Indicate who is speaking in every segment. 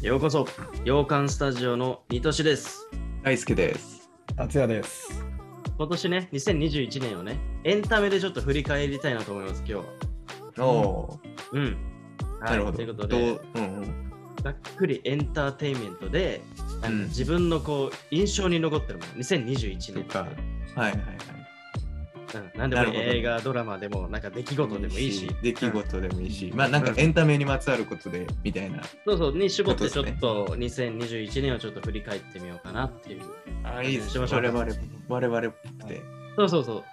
Speaker 1: ようこそ、洋館スタジオのニトシです。
Speaker 2: 大輔です。
Speaker 3: 達也です。
Speaker 1: 今年ね、2021年をね、エンタメでちょっと振り返りたいなと思います、今日は。
Speaker 2: お
Speaker 1: うん。
Speaker 2: お、なるほど。
Speaker 1: ということ
Speaker 2: ど
Speaker 1: で
Speaker 2: う、うんうん、
Speaker 1: ざっくりエンターテインメントで、あの
Speaker 2: うん
Speaker 1: 自分のこう、印象に残ってるもの、2021
Speaker 2: と
Speaker 1: 年。
Speaker 2: か、はいはいはい。
Speaker 1: うん、なんでもいい
Speaker 2: なるほど
Speaker 1: 映画、ドラマでも、なんか出来事でもいいし、
Speaker 2: 出来
Speaker 1: うん
Speaker 2: 事でもいいし、まあなんか
Speaker 1: うん
Speaker 2: エンタメにまつわることでみたいな。
Speaker 1: そうそう、に絞ってち
Speaker 2: そ
Speaker 1: ょ
Speaker 2: うで
Speaker 1: っ
Speaker 2: すね
Speaker 1: と2021年をちょっと振り返ってみようかなっていう。
Speaker 2: ああ
Speaker 1: いいですね
Speaker 2: 我々、我々っぽくて。
Speaker 1: そうそうそう。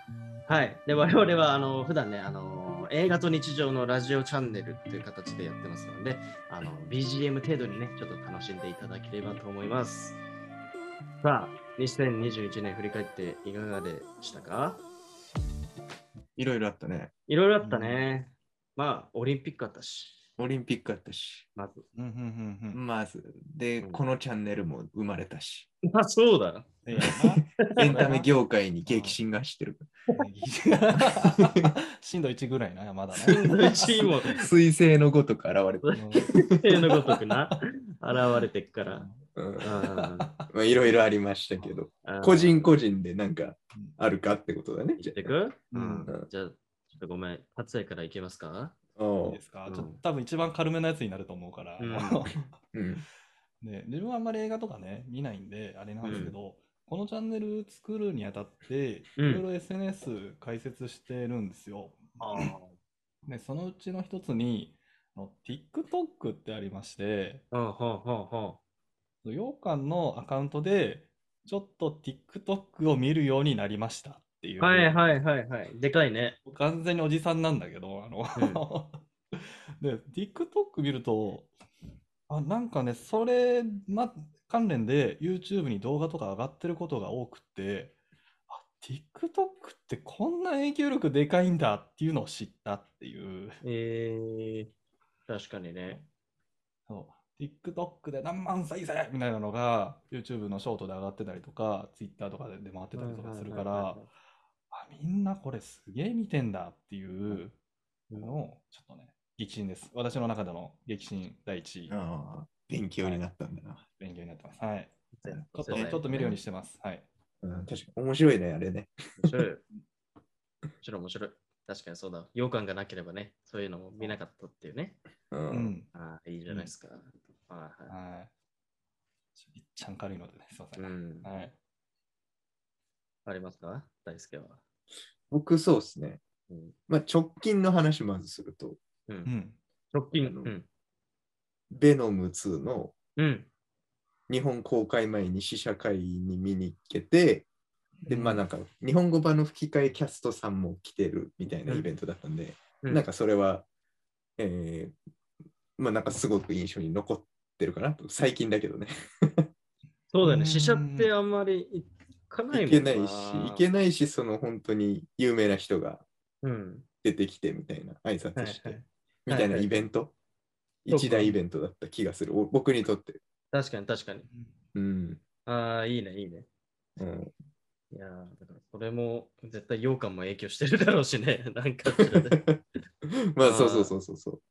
Speaker 1: はい。で、我々は、あの、普段ね、あの、映画と日常のラジオチャンネルっていう形でやってますので、あの、BGM 程度にね、ちょっと楽しんでいただければと思います。さあ、2021年振り返っていかがでしたか
Speaker 2: いろいろあったね。
Speaker 1: いろいろあったね。まあ、オリンピックあったし、
Speaker 2: オリンピックあったし、
Speaker 1: まず。
Speaker 3: うんうん
Speaker 2: まず、で、
Speaker 1: うん
Speaker 2: このチャンネルも生まれたし、
Speaker 1: まあ、そう だ。
Speaker 3: うんうん。いやな
Speaker 2: エンタメ業界に激震が 走ってる。
Speaker 3: 震度1ぐらいな、まだね。
Speaker 1: 1位も、
Speaker 2: 彗星のごとく現れて
Speaker 3: う
Speaker 2: る。
Speaker 3: ん
Speaker 1: 例のごとくな、現れてっから。
Speaker 2: うん
Speaker 1: うん
Speaker 2: まあいろいろありましたけど、
Speaker 1: うん
Speaker 2: 個人個人でなんかあるかってことだね。
Speaker 1: 言
Speaker 2: じ
Speaker 1: っ
Speaker 2: ゃ
Speaker 1: てく、う
Speaker 3: うんん、
Speaker 1: じゃあ、ちょっとごめん、達也からいけますか
Speaker 2: あ
Speaker 3: いい
Speaker 2: お
Speaker 3: ですか
Speaker 1: うん
Speaker 3: ちょっと多分一番軽めのやつになると思うから、
Speaker 1: うん
Speaker 3: あの
Speaker 2: ううん。
Speaker 3: ね、自分はあんまり映画とかね、見ないんで、あれなんですけど、このチャンネル作るにあたって、い
Speaker 1: うん
Speaker 3: ろいろ SNS 解説してるんですよ。で、そのうちの一つに、あの TikTok ってありまして、
Speaker 1: ほうほうほうほ
Speaker 3: 羊羹のアカウントで、ちょっと TikTok を見るようになりましたっていうう。
Speaker 1: はいはいはいはい。でかいね。
Speaker 3: 完全におじさんなんだけど、あの、 で、TikTok 見ると、あ、なんかね、それ、ま、関連で YouTube に動画とか上がってることが多くて、あ、TikTok ってこんな影響力でかいんだっていうのを知ったっていう。
Speaker 1: えー、確かにね。
Speaker 3: そう TikTok で何万再生みたいなのが YouTube のショートで上がってたりとか Twitter とかで出回ってたりとかする
Speaker 1: は
Speaker 3: か
Speaker 1: いはいは
Speaker 3: ら
Speaker 1: いはい
Speaker 3: あみんなこれすげえ見てんだっていうのをちょっとね激震です私の中での激震第一位
Speaker 2: ああ、勉強になったんだな。
Speaker 3: 勉強になってますはいちょっと
Speaker 1: そうだよ
Speaker 3: ちょっと見るようにしてますはい
Speaker 2: うん、確かに面白いね、あれね。
Speaker 1: 面白い。面白い面白い。確かにそうだ。羊羹がなければね、そういうのも見なかったっていうね。
Speaker 2: う。
Speaker 3: うんん
Speaker 1: ああ、いいじゃないですか。はいは
Speaker 3: はいいっちゃん軽いのでねすいま
Speaker 1: い。
Speaker 3: せ
Speaker 1: うんん。
Speaker 3: はい
Speaker 1: ありますか大輔は。
Speaker 2: 僕、そうですね
Speaker 1: うん。
Speaker 2: まあ、直近の話まずすると、
Speaker 1: う。
Speaker 3: うんん
Speaker 1: 直近。う
Speaker 2: あの
Speaker 1: ん。
Speaker 2: ベノム2の
Speaker 1: うん。
Speaker 2: 日本公開前に試写会に見に行けて、で、まあなんか、日本語版の吹き替えキャストさんも来てるみたいなイベントだったんで、
Speaker 1: うん
Speaker 2: なんかそれは、えー、まあなんかすごく印象に残ってるかなと、最近だけどね。
Speaker 1: そうだよ
Speaker 3: う
Speaker 1: ね。
Speaker 3: ん
Speaker 1: 試写ってあんまり行かないもん
Speaker 2: 行けないし、行け
Speaker 1: ない。
Speaker 2: ないし、その本当に有名な人が
Speaker 1: うん。
Speaker 2: 出てきてみたいな挨拶して、
Speaker 1: はいはい
Speaker 2: みたいなイベント、
Speaker 1: いはい
Speaker 2: 一大イベントだった気がする、お僕にとって。
Speaker 1: 確かに確かに。
Speaker 2: うん。
Speaker 1: ああ、いいね、いいね。
Speaker 2: うん、
Speaker 1: いやーだからそれも絶対羊羹も影響してるだろうしね。 なんかしらで
Speaker 2: ま
Speaker 1: あー
Speaker 2: あ、そうそうそうそう そう。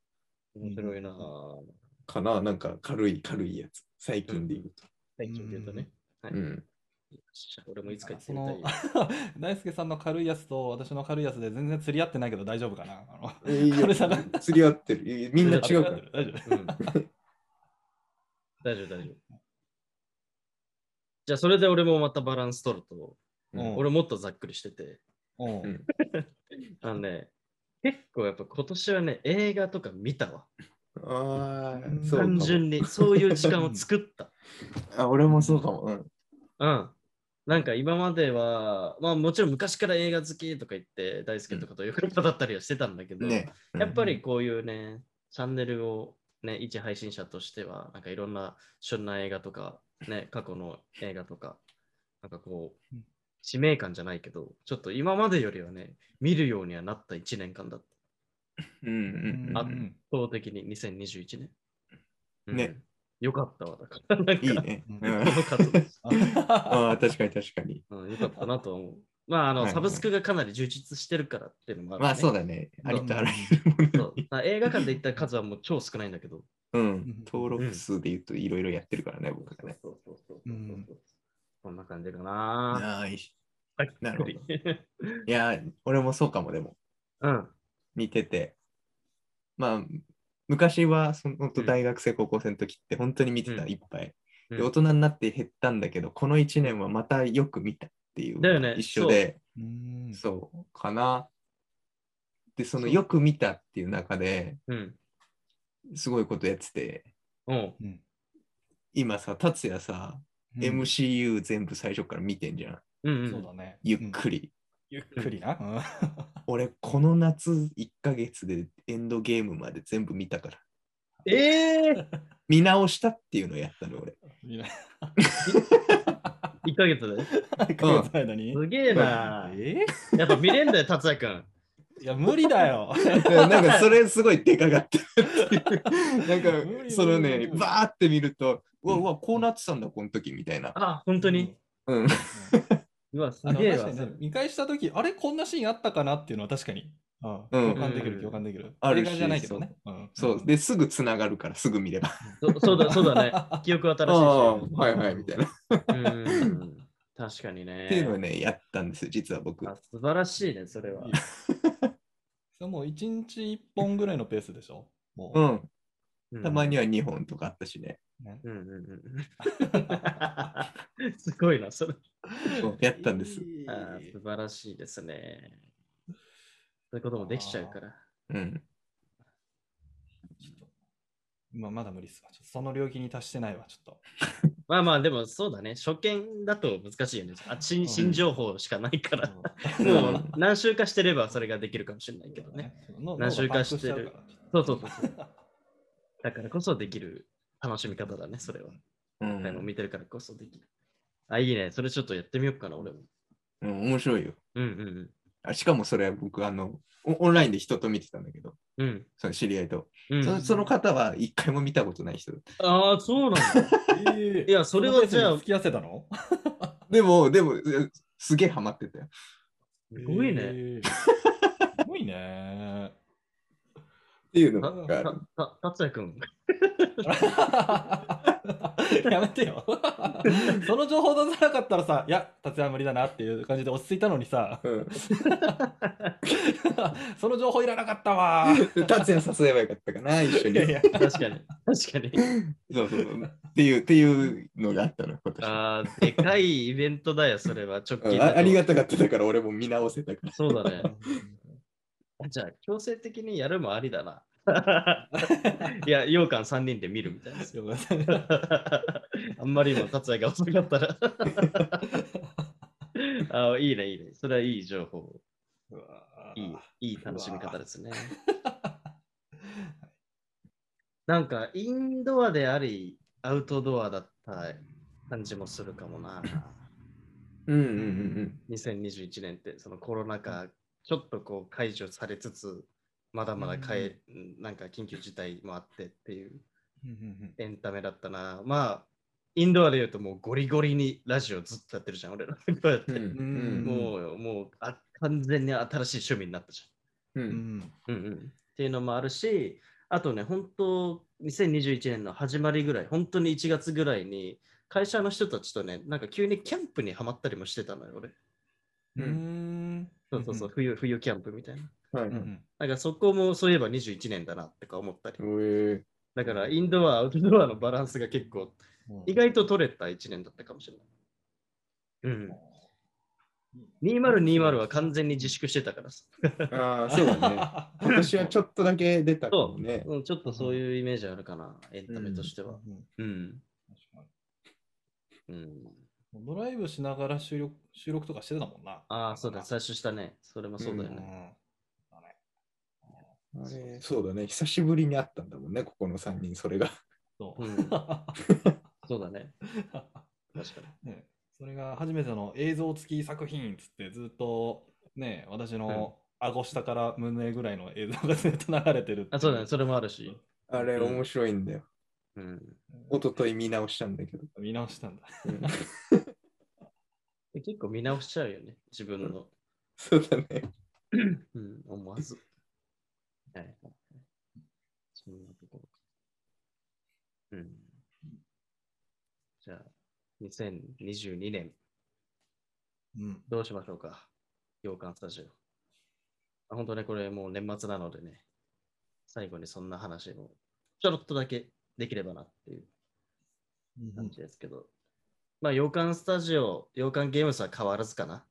Speaker 1: 面白いなー。
Speaker 2: かな、なんか軽い軽いやつ、最近で言うと。
Speaker 1: 最近で言うとね。はい
Speaker 2: うん。
Speaker 1: よっしゃ俺もいつか行って
Speaker 3: そ
Speaker 1: みた
Speaker 3: の
Speaker 1: い。
Speaker 3: 大輔さんの軽いやつと私の軽いやつで全然釣り合ってないけど大丈夫かなあの
Speaker 2: えーいいよ
Speaker 3: 軽さが
Speaker 2: 釣り合ってる。いいみんな違うから。
Speaker 3: 大丈夫。
Speaker 1: うん、 大丈夫、大丈夫。じゃあ、それで俺もまたバランス取ると、
Speaker 3: うん
Speaker 1: 俺もっとざっくりしてて、
Speaker 3: うん
Speaker 2: うん
Speaker 1: あのね、結構やっぱ今年はね、映画とか見たわ。
Speaker 2: ああ、そうか
Speaker 1: 単
Speaker 2: も
Speaker 1: 純に、そういう時間を作った。
Speaker 2: あ。俺もそうかも。うん
Speaker 1: うん。なんか今までは、まあもちろん昔から映画好きとか言って大好きとかとよく語ったりはしてたんだけど、
Speaker 2: ね。
Speaker 1: やっぱりこういうね、チャンネルをね、一配信者としては、なんかいろんな旬な映画とか、ね、過去の映画とか、なんかこう
Speaker 3: うん、
Speaker 1: 使命感じゃないけど、ちょっと今までよりはね、見るようにはなった1年間だった。
Speaker 2: うんうんうん
Speaker 1: あ
Speaker 3: うん
Speaker 1: 圧倒的に2021年。うん
Speaker 2: ね。
Speaker 1: よかったわ、だから。なんか
Speaker 2: いいね。う
Speaker 1: こ
Speaker 2: ん
Speaker 1: の活動
Speaker 3: あ
Speaker 2: ああ、確かに確かに。
Speaker 1: うん、よかったなとは思う。まあ、あの、
Speaker 2: はい
Speaker 1: サブスクがかなり充実してるからっていうのもある、ね。
Speaker 2: まあそうだね。ありとあらゆるも
Speaker 1: そ
Speaker 2: の
Speaker 1: う
Speaker 2: に。
Speaker 1: だから映画館で行った数はもう超少ないんだけど。
Speaker 2: うん。登録数で言うといろいろやってるからね、僕がね。
Speaker 1: そうそうそう
Speaker 3: う
Speaker 1: こんな感じかな。
Speaker 2: はい
Speaker 1: はい
Speaker 2: なるほど。いやー、俺もそうかも、でも。
Speaker 1: うん。
Speaker 2: 見てて。まあ、昔は、その本当大学生、高校生の時って本当に見てた、
Speaker 1: うん
Speaker 2: いっぱい。
Speaker 1: うん
Speaker 2: で、大人になって減ったんだけど、この1年はまたよく見たっていう。
Speaker 1: だよね
Speaker 2: 一緒で。
Speaker 3: うん
Speaker 2: そうかな。で、そのよく見たっていう中で
Speaker 1: うん。
Speaker 2: すごいことやってて、
Speaker 1: うん。
Speaker 3: うん
Speaker 2: 今さ、達也さ、
Speaker 3: うん
Speaker 2: MCU 全部最初から見てんじゃん。
Speaker 1: うんう。
Speaker 3: そうんだね。
Speaker 2: ゆっ
Speaker 3: うん
Speaker 2: くり。
Speaker 3: ゆっくりな。
Speaker 2: 俺、この夏1ヶ月でエンドゲームまで全部見たから。
Speaker 1: ええ
Speaker 2: 見直したっていうのをやったの、俺。
Speaker 3: うんいや
Speaker 1: ー、!1 ヶ月で。
Speaker 3: 1ヶ月の間に
Speaker 1: すげえな。
Speaker 3: え
Speaker 1: やっぱ見れんだよ、達也くん。
Speaker 3: いや、無理だよ。
Speaker 2: なんか、それすごいでかかったっていう。
Speaker 3: 無理無
Speaker 2: なん
Speaker 3: 理
Speaker 2: か、その
Speaker 3: 無理
Speaker 2: ね、
Speaker 3: 無理
Speaker 2: バーって見ると、うわうわ、こうなってたんだ、この時みたいな。
Speaker 1: あ、本当に。
Speaker 2: うん。
Speaker 3: うん
Speaker 1: うわ、す
Speaker 3: あの
Speaker 1: げえ
Speaker 3: 確か
Speaker 1: わ
Speaker 3: に。ね、見返したとき、あれ、こんなシーンあったかなっていうのは確かに、うん
Speaker 2: うん
Speaker 3: 共感でき
Speaker 1: うん
Speaker 3: る、共感できる。
Speaker 2: あるし
Speaker 3: 映画じゃないけどね。うん
Speaker 2: そう。で、すぐつながるから、すぐ見れば。
Speaker 1: そそうだ、そうだね。記憶新しいし。
Speaker 2: はいはい、みたいな。っ
Speaker 1: うん。確かにね。
Speaker 2: ていうのをね、やったんですよ、実は僕。
Speaker 1: あ素晴らしいね、それは。
Speaker 3: そ れもう1日1本ぐらいのペースでしょ。もう
Speaker 2: うん。たまに
Speaker 1: は。
Speaker 2: は2本とかあったしね。
Speaker 1: うんうんうん うん、すごいな、それ。
Speaker 2: そうやったんです。
Speaker 3: いい
Speaker 1: あー素晴らしいですね。そういうこともできちゃうから。
Speaker 2: うん。
Speaker 3: ちょっとまあ、まだ無理っすわ。ちょっとその領域に達してないわ、ちょっ と。
Speaker 1: まあまあ、でもそうだね。初見だと難しいよね。あ
Speaker 3: う
Speaker 1: 新
Speaker 3: ん
Speaker 1: 新情報しかないから。
Speaker 3: うん
Speaker 2: ん
Speaker 1: もう何週かしてればそれができるかもしれないけどね。
Speaker 3: 脳
Speaker 1: 何周回してる。
Speaker 3: 脳
Speaker 1: そ
Speaker 3: が
Speaker 1: うそうそうそう。だからこそできる楽しみ方だね、それは。
Speaker 2: う
Speaker 1: 今回も
Speaker 2: ん。
Speaker 1: 見てるからこそできる。あ、いいね。それちょっとやってみようかな、俺も。
Speaker 2: うん面白いよ。
Speaker 1: うんうん
Speaker 2: あしかもそれは僕、あの、オオンラインで人と見てたんだけパンクしちゃう
Speaker 1: うん。
Speaker 2: から
Speaker 1: うん
Speaker 2: その知り合いと。
Speaker 1: うん
Speaker 2: そのその方は一回も見たことない人だった。
Speaker 1: ああ、そうなんだ。
Speaker 3: バンクしちゃうから。えー
Speaker 1: いやそれはじゃあ
Speaker 3: そのペースに付き合わせたの
Speaker 2: でも、でも、えすげえハマってたよ。
Speaker 1: すごいね。
Speaker 3: えー。すごいね。
Speaker 2: っていう
Speaker 1: た
Speaker 2: のがある。
Speaker 1: たた達也くん。
Speaker 3: やめてよ。その情報出さなかったらさ、いや、達也無理だなっていう感じで落ち着いたのにさ、
Speaker 2: うん。
Speaker 3: その情報いらなかったわ。
Speaker 2: 達也誘えばよかったかな、一緒
Speaker 3: い
Speaker 2: に。
Speaker 3: やいや、
Speaker 1: 確かに。確かに。
Speaker 2: そうそうそう。っていう、っていうのがあったの、今年。あ
Speaker 1: ああ、でかいイベントだ よ、それは。直近だ
Speaker 2: あ
Speaker 1: と
Speaker 2: ありがたかっただから、俺も見直せたから。
Speaker 1: そうだ ね。じゃあ、強制的にやるもありだな。 いや、羊羹3人で見るみたいですよ。 あんまり今、達也が遅かったら。 あーいいね、いいね。それはいい情報。
Speaker 3: うわ
Speaker 1: いい、いい楽しみ方ですね。なんか、インドアであり、アウトドアだった感じもするかもな。
Speaker 2: うんうんうん
Speaker 1: 2021年って、そのコロナ禍、ちょっとこう解除されつつ、まだまだかえ、なんか緊急事態もあってっていう
Speaker 3: うんうん
Speaker 1: エンタメだったな。まあ、インドアで言うともうゴリゴリにラジオずっとやってるじゃん、俺ら。こ うやって。
Speaker 2: うん。うんうん
Speaker 1: もう、もうあ、完全に新しい趣味になったじゃん。
Speaker 2: う
Speaker 3: うん
Speaker 2: ん
Speaker 1: うんうんっていうのもあるし、あとね、本当、2021年の始まりぐらい、本当に1月ぐらいに、会社の人たちとね、なんか急にキャンプにはまったりもしてたのよ、俺。
Speaker 3: うんうん
Speaker 1: そうそうそう、冬、冬キャンプみたいな。
Speaker 2: はい。
Speaker 3: う
Speaker 2: うん
Speaker 3: ん
Speaker 1: なんかそこもそういえば21年だなってか思ったり。
Speaker 2: え
Speaker 1: だからインドア、アウトドアのバランスが結構、
Speaker 3: うん
Speaker 1: 意外と取れた1年だったかもしれない。うん。2020は完全に自粛してたからさ。
Speaker 2: ーああ、そうだ ね。今年はちょっとだけ出たかもね。
Speaker 1: うん、ちょっとそういうイメージあるかな、エンタメとしては。
Speaker 3: うん
Speaker 1: うん。
Speaker 3: 確か
Speaker 1: うん。
Speaker 3: にドライブしながら収録収録とかしてたもんな。
Speaker 1: ああ、そうだ、最初したね。それもそうだよ
Speaker 3: う
Speaker 1: ね。、
Speaker 3: んだね
Speaker 2: あれそうだね。久しぶりに会ったんだもんね、ここの3人、それが。
Speaker 3: そううん
Speaker 1: そうだね。確かに。
Speaker 3: ね、それ が初めての映像付き作品っつってずっとね私の顎下から胸ぐらいの映像がずっと流れてるってい
Speaker 1: あ、そうだね。それもあるし。
Speaker 2: あれ、
Speaker 1: うん
Speaker 2: 面白いんだよ。
Speaker 1: うん。
Speaker 2: 一昨日見直したんだけど。
Speaker 3: 見直したんだ
Speaker 2: うん
Speaker 1: で結構見直しちゃうよね、自分の、
Speaker 2: そうだね。
Speaker 1: うん、思わず。はいはいはい。そんなところ。うん。じゃあ、2022年、
Speaker 3: うん。
Speaker 1: どうしましょうか洋館スタジオ。あ本当ね、これもう年末なのでね、最後にそんな話もちょろっとだけできればなっていう
Speaker 3: うん
Speaker 1: 感じですけど、まあ洋館スタジオ、洋館ゲームズは変わらずかな。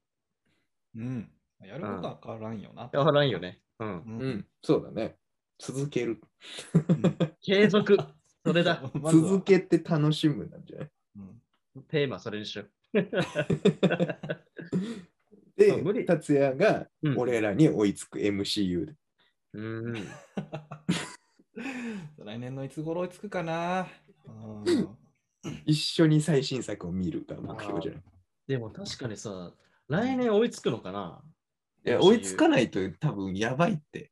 Speaker 3: うん。やることは変わらんよな。
Speaker 1: 変わらんよね。うん。
Speaker 3: う
Speaker 2: う。ん、そうだね。続ける。
Speaker 1: 継続、それだ。
Speaker 3: まずは
Speaker 2: 続けて楽しむなんじゃない
Speaker 3: うん
Speaker 1: テーマそれにしよう。あ無
Speaker 2: で、
Speaker 1: 理
Speaker 2: 達也が
Speaker 1: うん
Speaker 2: 俺らに追いつく MCU で。
Speaker 1: うんうん。
Speaker 3: 来年のいつ頃追いつくかな。うん
Speaker 2: 一緒に最新作を見るが目標じゃない
Speaker 1: でも確かにさ、来年追いつくのかない
Speaker 2: や追いつかないと多分やばいって。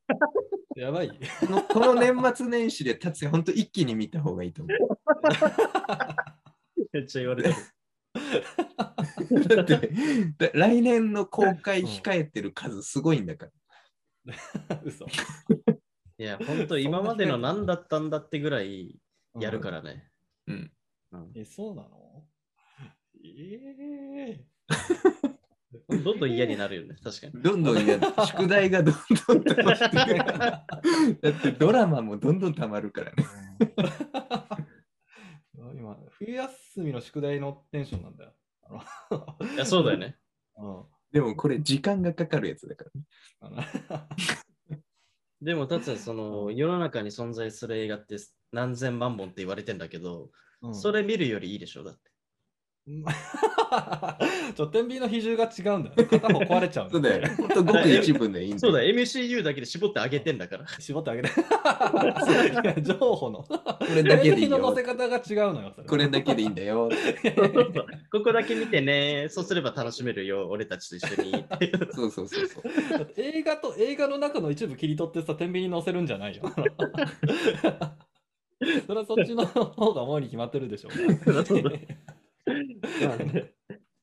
Speaker 3: やばい。
Speaker 2: この この年末年始で達也本当一気に見た方がいいと思
Speaker 1: めっちゃ言われてる。
Speaker 2: う。だってだ来年の公開控えてる数すごいんだから。
Speaker 3: 嘘。
Speaker 1: いや、本当今までの何だったんだってぐらいやるからね。
Speaker 2: うん。
Speaker 3: え、そうなのええ
Speaker 1: どんどん嫌になるよね、確かに。
Speaker 2: どんどんや宿題がどんどん溜まってくる だってドラマもどんどん溜まるからね。
Speaker 3: うん 今、冬休みの宿題のテンションなんだよ。あの
Speaker 1: いや、そうだよね。
Speaker 3: うん
Speaker 2: でもこれ時間がかかるやつだから、ね。
Speaker 3: あの
Speaker 1: でも、たつその世の中に存在する映画って何千万本って言われてんだけど、
Speaker 3: うん
Speaker 1: それ見るよりいいでしょ、だって。
Speaker 3: ちょ、天秤の比重が違うんだよね。片方壊れちゃう
Speaker 2: そ
Speaker 3: ん
Speaker 2: う
Speaker 3: だよ
Speaker 2: だよ。ほんとごく一部でいいんだ
Speaker 1: そう
Speaker 2: よ。
Speaker 1: だ、MCU だけで絞ってあげてんだから。
Speaker 3: 絞ってあげ て。いや情報の。
Speaker 2: これだけでいい
Speaker 3: の
Speaker 2: よ
Speaker 3: 乗せ。方が違うのよ。それ
Speaker 2: これだけでいいんだよ。
Speaker 1: ここだけ見てね、そうすれば楽しめるよ、俺たちと一緒に。
Speaker 2: そうそうそうそう。
Speaker 3: だって映画と映画の中の一部切り取ってさ、天秤に載せるんじゃないよ。それはそっちの方が重いに決まってるでしょ。
Speaker 1: そう だ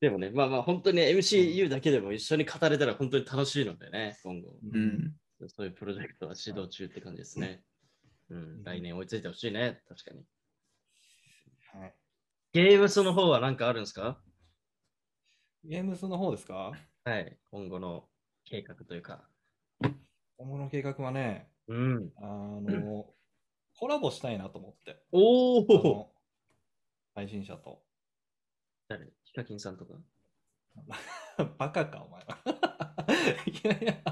Speaker 1: でもね、まあまあ、本当に MCU だけでも一緒に語れたら本当に楽しいのでね、今後。
Speaker 2: う
Speaker 3: う
Speaker 2: んん。
Speaker 1: そういうプロジェクトは指導中って感じですね。うん、
Speaker 3: ん
Speaker 1: 来年追いついてほしいね、確かに。
Speaker 3: はい
Speaker 1: ゲームスの方は何かあるんですか
Speaker 3: ゲームスの方ですか
Speaker 1: はい、今後の計画というか。
Speaker 3: 今後の計画はね、
Speaker 1: うん。
Speaker 3: あの、コラボしたいなと思って。
Speaker 1: お
Speaker 3: あ
Speaker 1: お
Speaker 3: の配信者と。
Speaker 1: 誰ヒカキンさんとか
Speaker 3: バカか、お前は。 いやいや、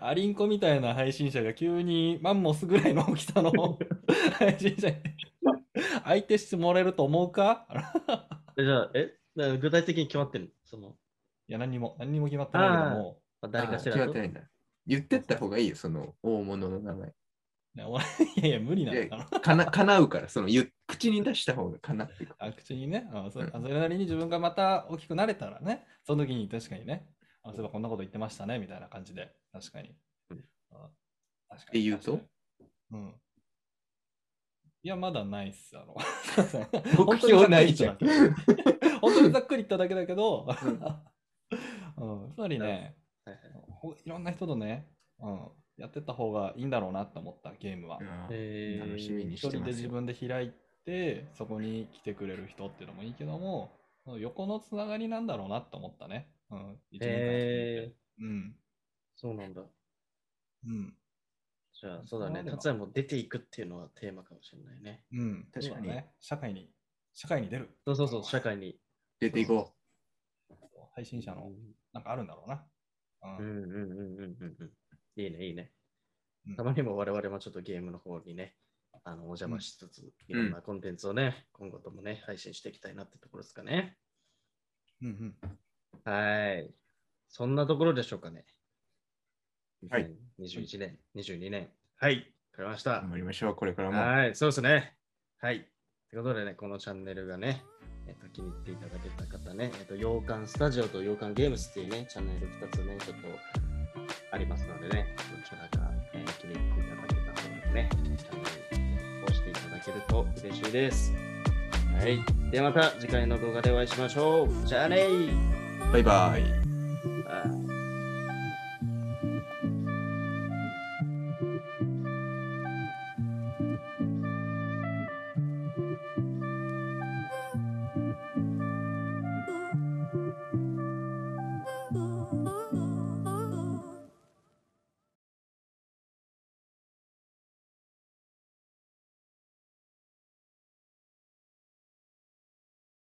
Speaker 3: アリンコみたいな配信者が急にマンモスぐらいの大きさの配信者に相手してもらえると思うか
Speaker 1: えじゃあ、えだから具体的に決まってるのその、
Speaker 3: いや、何にも、何にも決まってないけども、
Speaker 1: まあ
Speaker 2: あ
Speaker 1: 誰かしら
Speaker 2: 決ま
Speaker 1: と
Speaker 2: ってないんだ。言ってった方がいいよ、その大物の名前。
Speaker 3: ねお前 いやいや、無理なんだな。
Speaker 2: かな 叶うから、その言う口に出した方が叶ってく る。
Speaker 3: あ口にねあそれ
Speaker 2: うん
Speaker 3: あそれなりに自分がまた大きくなれたらね、その時に確かにね、あそういえばこんなこと言ってましたね、みたいな感じで、確かに。
Speaker 1: うん
Speaker 3: あ確か
Speaker 2: って言うと
Speaker 3: 確かにうん。いや、まだないっす。あ の
Speaker 2: 目標ないじゃん。
Speaker 3: 本当にざっくり言っただけだけど、
Speaker 2: う
Speaker 3: うん、つまりね、
Speaker 1: はいはい
Speaker 3: ほいろんな人とね、うん、やってった方がいいんだろうなと思ったゲームは。
Speaker 1: えー
Speaker 2: 楽しみにし
Speaker 3: 一
Speaker 2: て
Speaker 3: 人
Speaker 2: ま
Speaker 3: です自
Speaker 2: よ。
Speaker 3: 分で開いて、そこに来てくれる人っていうのもいいけども、横のつながりなんだろうなと思ったね。うん。一年間してみ
Speaker 1: え
Speaker 3: てうん。
Speaker 1: ー、そうなんだ。
Speaker 3: うん。
Speaker 1: じゃあ、そうだね。達也も出ていくっていうのはテーマかもしれないね。
Speaker 3: うん。
Speaker 2: 確かに
Speaker 3: そうだね。社会に、社会に出る。
Speaker 1: そうそうそう、社会に。
Speaker 2: 出ていこ
Speaker 3: 配信者
Speaker 1: う
Speaker 3: の、
Speaker 1: ん
Speaker 3: なんかあるんだろうな。
Speaker 1: う
Speaker 3: うんん。
Speaker 1: うんうんうんうんうん。いいね、いいね
Speaker 3: うん。
Speaker 1: たまにも我々もちょっとゲームの方にね、あのお邪魔しつつ、いろんなコンテンツをね、今後ともね、配信していきたいなってところですかね。
Speaker 3: うん
Speaker 1: はい。そんなところでしょうかね。
Speaker 2: はい。
Speaker 1: 21年、22年。はい。わかりまし
Speaker 2: う。
Speaker 1: た
Speaker 2: 頑。張りましょう、これからも。
Speaker 1: はい、そうですね。はい。ということでね、このチャンネルがね、えっと気に入っていただけた方ね、えっと洋館スタジオと洋館ゲームスっていうね、チャンネル2つね、ちょっとありますのでね、どちらか、えー気に入っていただけた方でね、チャンネルを押していただけると嬉しいです。はい。ではまた次回の動画でお会いしましょう。じゃあねー。
Speaker 2: バイバイ。